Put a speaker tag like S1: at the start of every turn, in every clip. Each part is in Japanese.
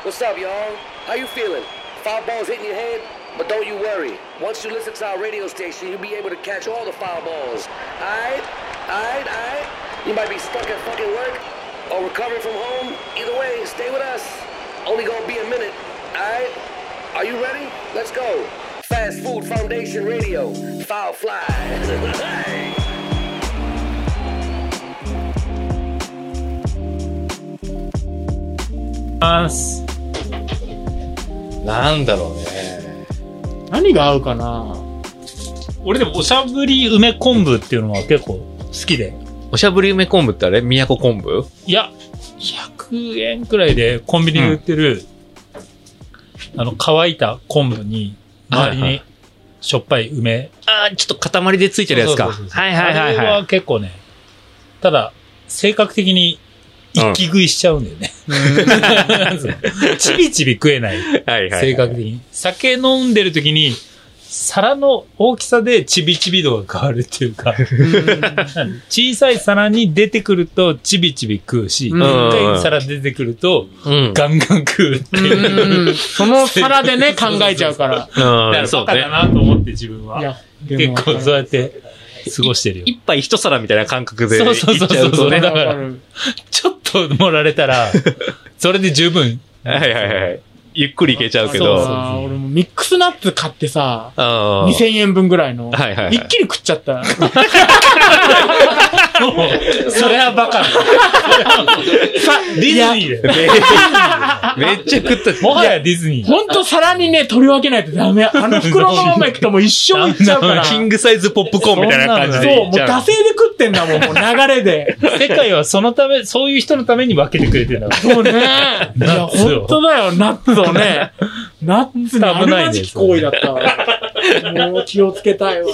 S1: What's up, y'all? How you feeling? Foul balls hitting your head? But don't you worry. Once you listen to our radio station, you'll be able to catch all the foul balls. Aight? Aight? Aight? You might be stuck at fucking work or recovering from home. Either way, stay with us. Only gonna be a minute. Aight? Are you ready? Let's go. Fast Food Foundation Radio. Foul fly. Hey.
S2: ます。
S3: なんだろうね。
S2: 何が合うかな俺でも、おしゃぶり梅昆布っていうのは結構好きで。
S3: おしゃぶり梅昆布ってあれ宮古昆布
S2: いや、100円くらいでコンビニで売ってる、あの、乾いた昆布に、周り
S3: はいは
S2: にしょっぱい梅。
S3: ああ、ちょっと塊でついてるやつか。
S2: そうそうそうそう
S3: はいはいはい
S2: あれ
S3: はい
S2: は。結構ね、ただ、性格的に一気食いしちゃうんだよね。 なんつうのちびちび食えない。
S3: はいはい。
S2: 性格的に。酒飲んでる時に、皿の大きさでちびちび度が変わるっていうか、小さい皿に出てくるとちびちび食うし、でっ
S4: うん
S2: かい皿出てくると
S3: うん。
S2: ガンガン食うっていう。
S4: うん その皿でね、考えちゃうから。
S2: だか
S3: う
S2: ら
S3: ん、そ
S2: バ
S3: う
S2: カだ
S3: ね。
S2: なと思って自分
S4: い
S2: は。
S4: や、
S2: 結構そうやって過ごしてるよ。
S3: 一杯一皿みたいな感覚でいっ
S2: そうそうそう
S3: ちゃうとね。
S2: だ
S4: だ
S2: か
S4: からら、
S2: ちょっと盛られたら、それで十分。
S3: はいはいはい。ゆっくりいけちゃうけ
S2: そう
S3: ど。
S2: そうそう
S4: 俺もミックスナッツ買ってさ、
S3: あー
S4: 2000円分ぐらいの。
S3: はいはいはい
S4: 一気に食っちゃった。
S2: それはバカ。ディズニーだよ。
S3: めっちゃ食ったし。
S2: もはやディズニー。
S4: ほんと皿にね、取り分けないとダメ。あの袋のままいくともう一生いっちゃうから。
S3: キ
S4: そ
S3: ングサイズポップコーンみたいな感じで
S4: う、
S3: い
S4: も
S3: っ
S4: う
S3: ちゃ
S4: 惰
S3: う。
S4: 性で食ってんだもん、もう流れで。
S2: 世界はそのため、そういう人のために分けてくれてるんだから。
S4: そうね。いや、
S2: ナッツを
S4: ほんとだよ、ナッツをね。ナッツにあるまじき行為だったわ。もう気をつけたいわ。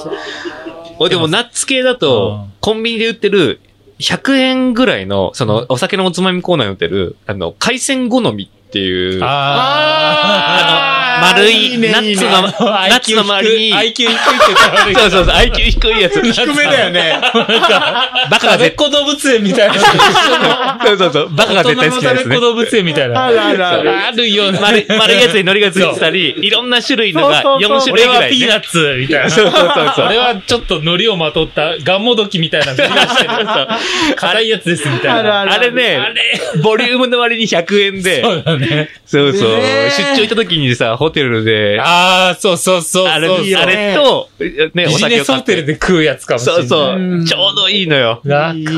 S3: おでもナッツ系だと
S2: うん、
S3: コンビニで売ってる、100円ぐらいの、その、お酒のおつまみコーナーに売ってる、あの、海鮮好みっていう、
S2: あ
S4: あー
S3: 丸
S4: い
S3: い
S4: いね
S3: ナッツの、ナッツの周りに、
S2: IQ 低いってたら悪い
S3: そう そうそう、IQ 低いやつ。
S4: 低めだよね。
S3: バカが
S2: 食べっ
S3: 絶
S2: 子動物園みたいな。
S3: 対、そうそうそう、バカが
S2: 大人
S3: 絶対
S2: の
S3: 好き
S2: 食
S3: なや
S2: べっ子
S3: つね。
S2: 動物園みたいな。
S4: あるあるある。
S2: あるよね。
S3: 丸い、丸いやつに海苔がついてたり、いろんな種類のが
S4: そうそうそう
S3: 4種類
S2: 俺
S3: ぐら、
S2: はいピー
S3: ね。
S2: ナッツみたいな。
S3: そうそうそうそう。
S2: 俺はちょっと海苔をまとったガンモドキみたいな振りをしてる。硬いやつですみたいな。
S4: あ る
S3: あれ
S2: あ
S3: ね、
S2: れ
S3: ボリュームの割に100円で、
S2: そうだね。
S3: そうそう。
S4: ね
S3: 出張行った時にさ、ホテルで、
S2: ああ、そうそうそうそう。
S3: あれ
S2: いいよ
S3: あれと、
S2: ビ
S3: ね、お
S2: ジ
S3: 酒
S2: ネ
S3: を
S2: ス
S3: 買
S2: ホ
S3: っ
S2: テルで
S3: て。
S2: 食うやつかもしれな
S3: そ
S2: い。
S3: うそうう。
S4: ん
S3: ちょうどいいのよ。
S2: なんか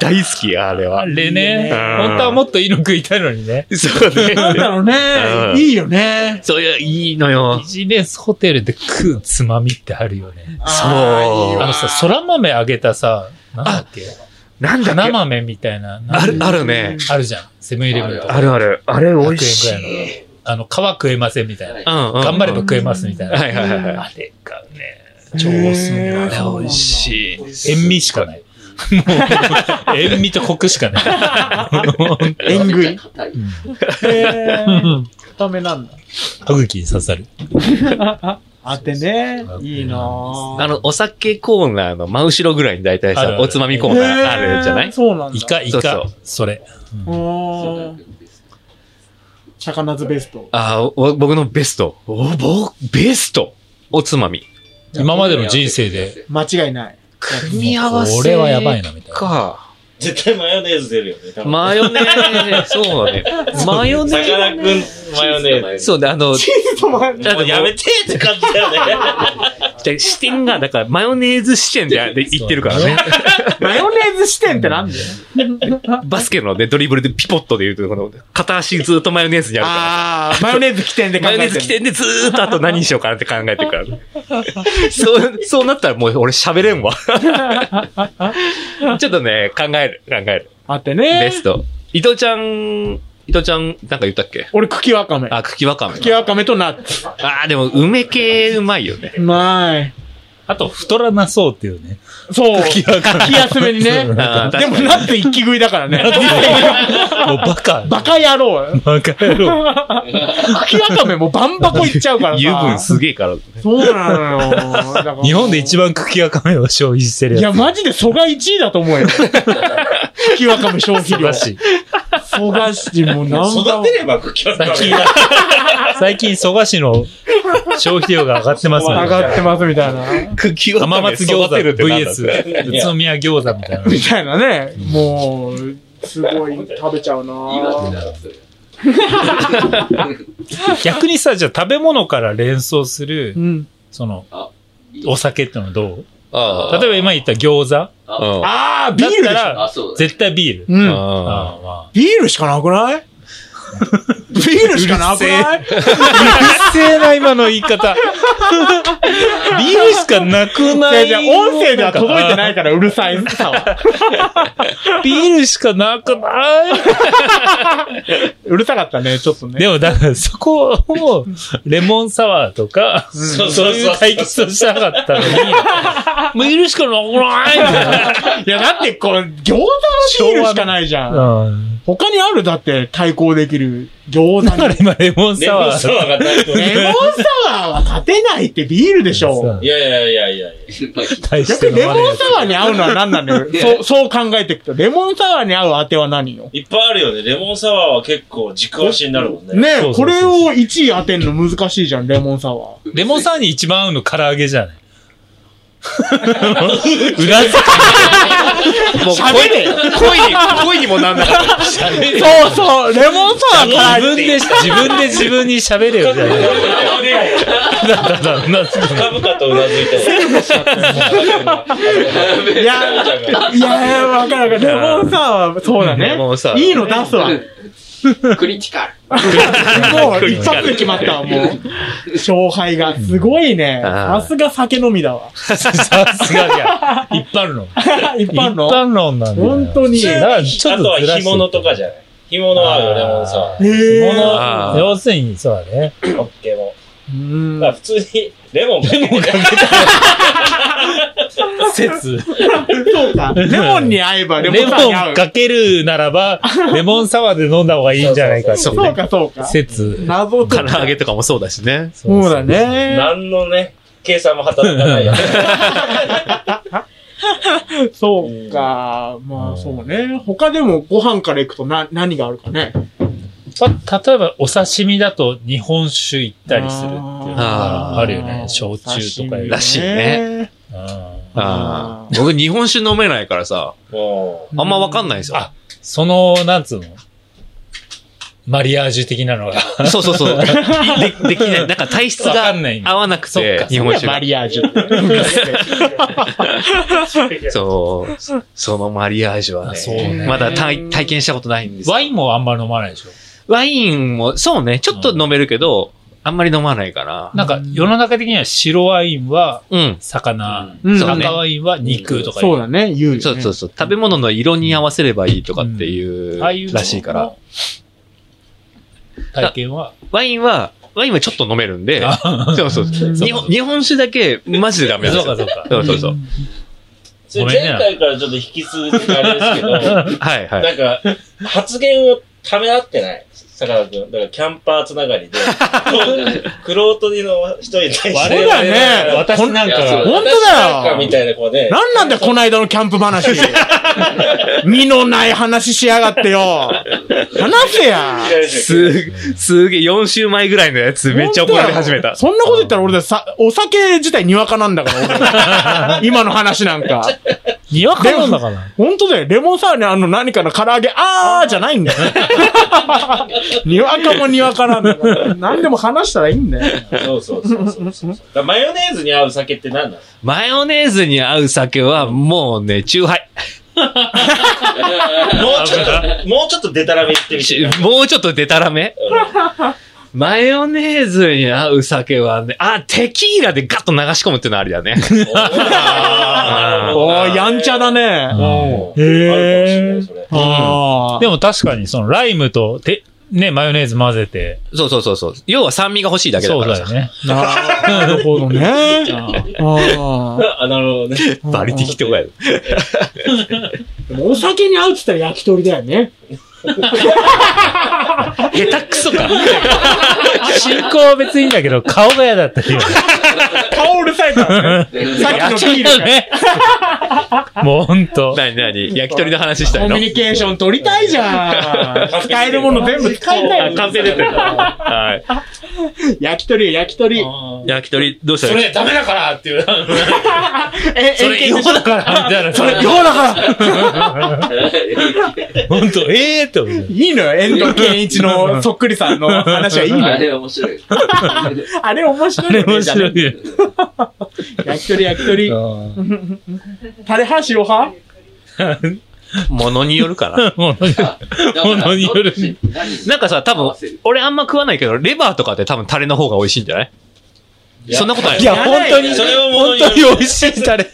S3: 大好き、あれ
S2: あ
S3: は。
S2: れ
S4: いい
S2: ね。
S4: ね
S2: 本当はもっといいの食いたいのにね。
S3: そう
S4: なん だ
S3: ね。
S4: ろう
S3: うん
S4: ね。いいよね。
S3: そういう、いいのよ
S2: ビ。ジネスホテルで食うつまみってあるよね。
S3: そう
S2: あのさ、空豆揚げたさ、なんだっけ
S3: なんだっ
S2: 花
S3: け
S2: 豆みたいな。
S3: ある、
S2: なん
S3: あるね。
S2: あるじゃん。セブンイレブンとか。
S3: あるある。あれ、美味しい。
S2: 100円ぐらいの。あの、皮食えませんみたいな。
S3: うん、うん。
S2: 頑張れば食えますみたいな。
S3: はいはいはいはい
S2: あれがね、
S4: 調
S2: すんだ
S3: あれ、美味しい。
S2: 塩味しか ない。もう、塩味とコクしかない。
S4: えんぐい。えー、固めなんだ。
S2: 歯茎に刺さる。
S4: あてね。いいなぁ
S3: あの、お酒コーナーの真後ろぐらいに大体
S2: あるあ
S3: さ、
S2: る
S3: おつまみコーナーあるじゃな
S4: へー
S3: い
S4: そうなんだ。
S2: イカ、イ
S3: そうそ
S2: カ
S3: う、
S2: それ。
S4: おー。魚ズベスト。
S3: ああ、お僕のベスト。お、ぼ、ベストおつまみ。
S2: 今までの人生で、
S4: 間違いない。
S3: 組み合わせ。
S2: これはやばいなみたいな
S3: か。
S5: 絶対マヨネーズ出るよね。多分
S3: マヨネーズ、そうだね。マヨネ
S5: さ
S3: ー
S5: かなクンマヨネー
S3: ズ。そうだ、あの、
S5: ズ。もうやめてって感じだよね。
S3: じゃ視点が、だから、マヨネーズ視点でで言ってるからね。
S4: マヨネーズ視点っ てなんだよ。
S3: バスケのね、ドリブルでピポットで言うと、この、片足ずっとマヨネーズにあるから。
S4: あー、マヨネーズ起点で考
S3: マ
S4: え
S3: ヨ
S4: て
S3: ネー
S4: る
S3: ズ起点でずーっとあと何にしようかなって考えてるから、 ね。そう、そうなったらもう俺喋れんわ。ちょっとね、考える、考える。
S4: あてね。
S3: ベスト。伊藤ちゃん、伊藤ちゃん、なんか言ったっけ
S4: 俺、茎わかめ。
S3: あ、茎わかめ。
S4: 茎わかめとナッツ。
S3: ああ、でも、梅系うまいよね。
S4: うまい。
S2: あと、太らなそうっていうね。
S4: そう。茎休めにね。
S2: そう
S3: あー
S4: で
S3: 確
S4: も
S3: かに
S4: ナッツ一気食いだからね。
S2: もうバカ。
S4: バカ野郎よ。
S2: バカ野郎。
S4: 茎わかめもうバンバコいっちゃうからさ。
S3: 油分すげえから。
S4: そうなのよだから。
S2: 日本で一番茎わかめを消費してる
S4: い
S2: や
S4: や、
S2: つ。
S4: マジで蘇我1位だと思うよ。茎わかめ消費量。
S2: しい。
S4: 蘇我市もなんだ
S5: 育てれば苦境
S2: 最近、最近、蘇我市の消費量が上がってます
S4: 上
S2: よね。
S4: がってますみたいな。
S3: 茎を
S2: 浜松餃子
S3: 育てるってなんだって
S2: VS 宇都宮餃子みたいな。
S4: みたいなね。もう、すごい食べちゃうなぁ。
S2: 逆にさ、じゃあ食べ物から連想する
S4: う、ん。
S2: その、お酒ってのはどう
S3: ああ
S2: 例えば今言った餃子
S3: うん
S4: あー、ビ
S2: だ
S4: ー
S2: っ
S4: ルでしたょ
S2: ら、絶対ビール。
S4: うん。
S3: あ
S2: ああま
S4: ビールしかなくないビールしかなくないう
S2: っせえな、今の言い 方。ビールしかなくない
S4: やいや音声では届いてないからうるさいさは。
S2: ビールしかなくないう
S4: るさかったね、ちょっとね。
S2: でも、だから、そこを、レモンサワーとか、
S5: そう
S2: そう
S5: そう
S2: い
S5: そう
S2: う対決をしたかったのに、もう許しかなくないみたい
S4: いや、だってこれ、餃子のビールしかないじゃん。
S2: な。うん。
S4: 他にあるだって対抗できる餃
S2: だか
S4: 子
S2: ら
S4: に。
S2: 今、レモン
S5: レ
S2: サ
S5: モン
S2: ワ
S5: サ
S2: ー。
S5: ワーが大統領
S4: レモンサワーは勝てないってビールでしょ。
S5: いやいやいやいや。
S2: 対して飲
S4: 逆にレ
S2: まれる
S4: モンサワーに合うのは何なんだよ。そう、そう考えていくと。レモンサワーに合うあては何よ。
S5: いっぱいあるよね。レモンサワーは結構軸足になるも んね。
S4: ね
S2: そ
S4: え、
S2: うそ
S4: こ
S2: うそう
S4: れを1位当てんの難しいじゃん、レモンサワー。
S2: レモンサワーに一番合うの唐揚げじゃない うなずき
S3: もう
S4: 喋れ
S3: 恋に、恋にもなんなかった。
S4: そうそう、レモンサワーから
S2: 自分で、自分で自分に喋れよ、じゃ あ。だだだ、うなずくの。
S5: 深々とうなずいて
S4: いや、いや、わからんわからん。レモンサワー、そうだね
S3: レモンサ。ワー
S4: いいの出すわ。
S6: クリティカル。
S4: もう、一発で決まったわ、もう。勝敗が。すごいね。
S3: あー
S4: さすが酒飲みだわ。
S2: さすがじゃん。一般論。
S4: 一
S2: 一
S4: 般の。
S2: 般論なんだよ。
S4: 本当に
S2: だからちょっ
S5: あと
S2: と
S5: は
S2: ずらし
S5: 干
S2: て
S5: 物とかじゃない。干物はあるよ、レモンサワー。
S4: へ
S2: 干物
S4: ー
S3: あー
S2: 要するに、そうだね。
S5: オッケーも。
S4: うーん
S5: まあ普通に、レモンレモン
S2: 説。
S4: そうか。レモンに合えばレ
S2: レ
S4: モンサワーに合
S2: モ
S4: う
S2: ン。かけるならば、レモンサワーで飲んだ方がいいんじゃないかってい
S4: そうう
S2: ね。
S4: か、そうか。
S2: 説。
S4: 謎
S3: 唐
S4: と。
S3: 揚げとかもそうだしね。
S4: そうだね。
S5: 何のね、計算も働かないよね。
S4: そうか。まあ、そうね。他でもご飯から行くとな、何があるかね。
S2: た例えば、お刺身だと日本酒行ったりするっていうのがあるよね。焼酎とかより
S3: らしいね。
S2: うん
S3: あ
S4: あ
S3: あ僕日本酒飲めないからさ、
S5: も
S3: あんまわかんないんですよ。
S2: あその、なんつうのマリアージュ的なのが。
S3: そうそうそう。で、できない。なんか体質
S2: わか
S3: が
S2: んないんだ
S3: 合わなく
S2: そっか
S3: て、日
S4: 刺身
S3: 本
S4: ね
S3: 酒
S4: マ
S3: が。
S4: リアージ ュって。
S3: そう。そのマリアージュは
S2: あそうね
S3: ね、まだ体体験したことないんですよ
S2: ワインもあんま飲まないでしょ。
S3: ワインも、そうね、ちょっと飲めるけど、あんまり飲まないから。
S2: なんか、世の中的には白ワインは
S3: うん。
S2: 魚、
S4: うん
S3: そうね
S2: 赤ワインは肉とかい
S4: そうだね、言うよね。
S3: そうそうそう。食べ物の色に合わせればいいとかっていう、
S2: ああいうのの
S3: らしいから。。
S2: 体験は。
S3: ワインは、ワインはちょっと飲めるんで、そうそうそう。日本日本酒だけ、マジでダメなん
S2: そ
S3: で
S2: う
S3: すよ
S2: か。そうか。
S3: そうそうそう。
S5: う、それ
S2: ごめんね
S5: 前回からちょっと引き続きあれですけど、
S3: はいはい。
S5: なんか、発言をためらってない坂田君。だから、キャンパーつながり で、クロートの人に対して、
S2: 我々
S4: そうだね
S2: 私なんかが、
S4: 本当
S5: なん
S4: だ
S5: か
S4: よ
S5: みたいな子で、
S4: なんなんだよ、こないだのキャン プ話。身のない話しやがってよ。話せや。
S3: す、すげえ、4週前ぐらいのやつめっちゃ怒られ始めた。
S4: そんなこと言ったら俺だってさ、お酒自体にわかなんだから、俺今の話なんか。
S2: にわかなんだかな。
S4: 本当だよ。レモンサワーにあの何かの唐揚げ、あーじゃないんだよ。にわかもにわかなんだから。何でも話したらいいんだよ。
S5: そうそうそうそうそう。だからマヨネーズに合う酒って何なの
S3: マヨネーズに合う酒は、もうね、チューハイ。
S5: もうちょっと、もうちょっとデタラメ言ってみ
S3: ち
S5: て。
S3: もうちょっとデタラメマヨネーズに合う酒はね、あ、テキーラでガッと流し込むっていうのはありだね。
S5: あ
S4: おー、やんちゃだ
S2: うん
S4: ね。
S5: ー
S4: へ
S5: あるかも
S4: ー
S5: しれないそれ。
S4: あー。
S2: でも確かに、その、ライムと、て、ね、マヨネーズ混ぜて、
S3: そうそうそうそう。要は酸味が欲しいだけだ
S2: そう
S3: から
S2: だ
S3: さ
S2: よ。ね。
S4: なるほどね。あー
S5: あ、なるほどね。
S3: バリ適当や。
S4: でもお酒に合うって言ったら焼き鳥だよね。
S3: 下手くそか。
S2: 進行は別にいいんだけど、顔が嫌だったり。
S4: 顔うるさ替えたのね。 さっきのビールね。
S3: ね。
S2: もうほんと。
S3: なになに焼き鳥の話した
S4: コ
S3: いの
S4: ミュニケーション取りたいじゃん。 使えるもの全部使いたい。
S3: 完成出てる。はい。
S4: 焼き鳥よ、焼き鳥。え、
S3: 焼き鳥、どうした
S5: そ
S3: らいい
S5: れダメだからっていう。
S4: え、
S2: れ、よだからみたいな。そ れ、
S4: ようだから
S2: ほんと、ええって思う。
S4: いいのよ、遠藤健一のそっくりさんの話はいい
S6: あ
S4: のよ。
S6: れ面白い。
S4: あれ面白
S2: あ
S4: い
S2: れ
S4: よね。
S2: 面白いよ。
S4: 焼き鳥、焼き鳥。
S2: うん
S4: タレ派、塩派
S3: ものによるかな。
S2: ものによるものによる。
S3: なんかさ、多
S6: 合
S3: 分
S6: わせる、
S3: 俺あんま食わないけど、レバーとかって多分タレの方が美味しいんじゃないそんなことない。
S2: いや、本当に、
S5: それはも
S2: 本
S5: う
S2: 当に美味しいタレ。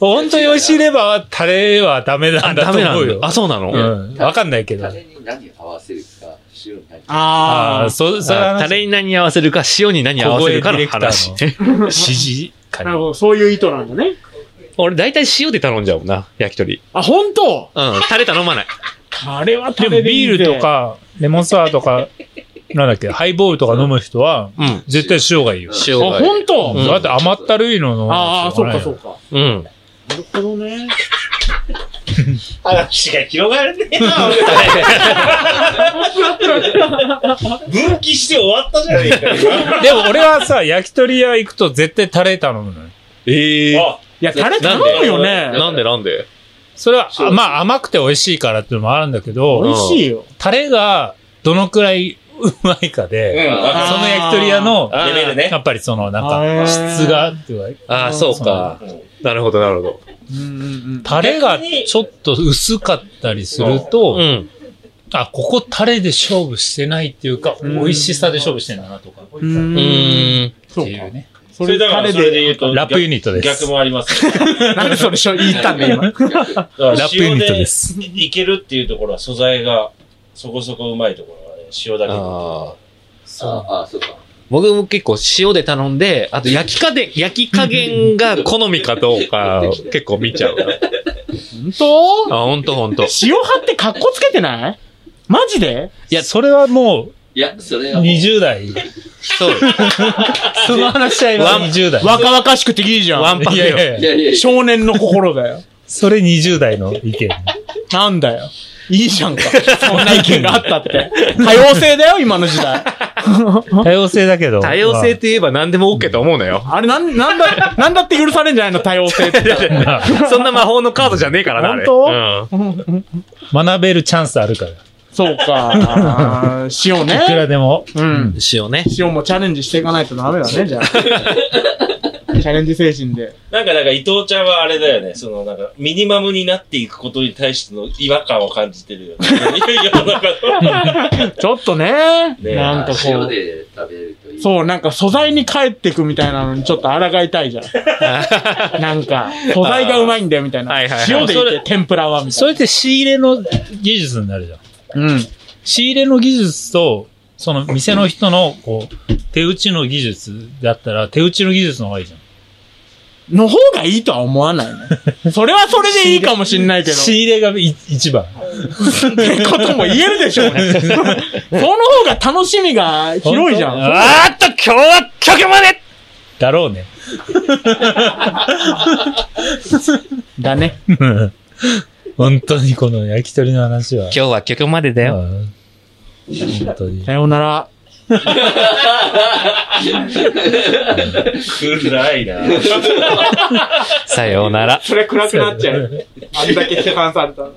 S2: 本当に美味しいレバーはタレはダメな
S3: あ、
S2: んだ
S3: ダ
S2: と
S3: メな
S2: 思うんよ。
S3: だ。あ、そうなの
S2: うん。わかんないけど
S6: タ。レに何を合わせるか、塩に何
S2: あ
S4: あ
S2: あ、そ、それ
S3: あ
S2: は
S3: タレに何合わせるか、塩に何合わせるかの 話
S2: 小。指示
S4: あ。
S2: か
S4: なる
S2: に。
S4: ほど、そういう意図なんだね。
S3: 俺大体塩で頼んじゃうもんな、焼き鳥。
S4: あ、本当
S3: うん、タレ頼まない。
S4: タレはタ
S2: で
S4: レ
S2: も
S4: でいい
S2: ビ
S4: ぜ
S2: ールと。か、レモンサワーとか、 なんだっけ、ハイボールとか飲む人は、
S3: うん。
S2: 絶対塩がいいよ。
S3: 塩
S4: あ、
S3: がいい。
S4: 本当
S2: だって甘ったるいのの。
S4: ああ、そうかそうか。
S3: うん。
S4: なるほどね。
S5: 話が広がるねえな、俺分岐して終わったじゃねえか よ。
S2: でも俺はさ、焼き鳥屋行くと絶対タレ頼むのよ。
S3: ええ。
S5: あ
S4: いや、タレ
S3: な
S4: 頼
S3: んで
S4: むよね。
S3: なんでなんで
S2: それは、あまあ甘くて美味しいからっていうのもあるんだけど、
S4: 美味しいよ。
S2: タレがどのくらいうまいか
S5: うん。
S2: で、
S5: あ
S2: その焼き鳥屋の、
S3: あ
S5: レベル
S2: や
S5: ね。
S2: っぱりその、なん
S4: へ
S2: か、
S4: ー
S2: 質がっていうか、
S3: ああ、そうか。なるほど、なるほど。
S4: うんうん
S2: タレがちょっと薄かったりすると、
S3: うん。
S2: あ、ここタレで勝負してないっていうか、美味しさで勝負してんだなとか、っ
S4: うん。
S3: う
S4: うん。
S3: ーん。
S4: そ
S2: て
S4: う
S2: い
S4: か
S2: う。ね。
S5: それだから、それで言うと、
S2: ラップユニットです
S5: 逆もあります。 だか
S4: なんでそれしょ言ったんだ今。
S5: ら
S2: ラップユニットです
S5: 塩いけるっていうところは素材がそこそこうまいところはね、塩だけ
S3: あ
S5: ど。
S3: あ。
S2: そう。
S6: ああ、そうか。
S3: 僕も結構塩で頼んで、あと焼き加減、焼き加減が好みかどうか結構見ちゃう。
S4: 本当
S3: あ、ほんとほんと。
S4: 塩派って格好つけてないマジで
S2: いや、それはも
S6: いや、それは
S2: う、
S6: もう。
S2: 20代。
S3: そう。
S2: その話は今
S3: ワン
S2: 20代。
S4: 若々しくていいじゃ
S3: ワン
S4: ん。
S3: パク
S2: い
S3: よ。
S2: やい
S6: い
S2: や
S6: やいやいや、
S4: 少年の心だよ。
S2: それ20代の意見。
S4: なんだよ。いいじゃんか。そんな意見があったって。多様性だよ、今の時代。
S2: 多様性だけど。
S3: 多様性って言えば何でも OK と思うのよ。
S4: あれ、なん、なんだ、なんだって許されんじゃないの、多様性って。
S2: まあ
S3: そんな魔法のカードじゃねえからな、あれ。
S4: ほん
S3: うん。
S2: 学べるチャンスあるから。い
S4: そうか。塩
S2: くら
S4: ね。
S2: でも。
S4: うん。
S3: 塩ね。
S4: 塩もチャレンジしていかないとダメだね、じゃあ。チャレンジ精神で。
S5: なんか、なんか伊藤ちゃんはあれだよね。その、なんか、ミニマムになっていくことに対しての違和感を感じてるよね。世の中 の
S4: ちょっとね。
S5: ね
S4: なんかこ
S6: 塩
S4: う。
S6: で食べるといい。
S4: そう、なんか素材に帰ってくみたいなのにちょっと抗いたいじゃん。 なんか、素材がうまいんだよみたいな。
S3: はいはいはい
S4: 塩でいて天ぷらはみたい
S2: それって仕入れの技術になるじゃん。
S4: な。うん。
S2: 仕入れの技術と、その店の人の、こう、手打ちの技術だったら、手打ちの技術の方がいいじゃん。
S4: の方がいいとは思わないね。 それはそれでいいかもしんないけど。
S2: 仕入れがい一番。
S4: ってことも言えるでしょう ね。その方が楽しみが広いじゃん。
S3: あーっと、今日は曲まで
S2: だろうね。
S4: だね。
S2: 本当にこの焼き鳥の話は。
S3: 今日は曲までだよ。
S2: うん本当に
S4: さ。ようなら。
S5: 暗いな。
S3: さようなら。
S4: それ暗くなっちゃう。あんだけ批判されたの。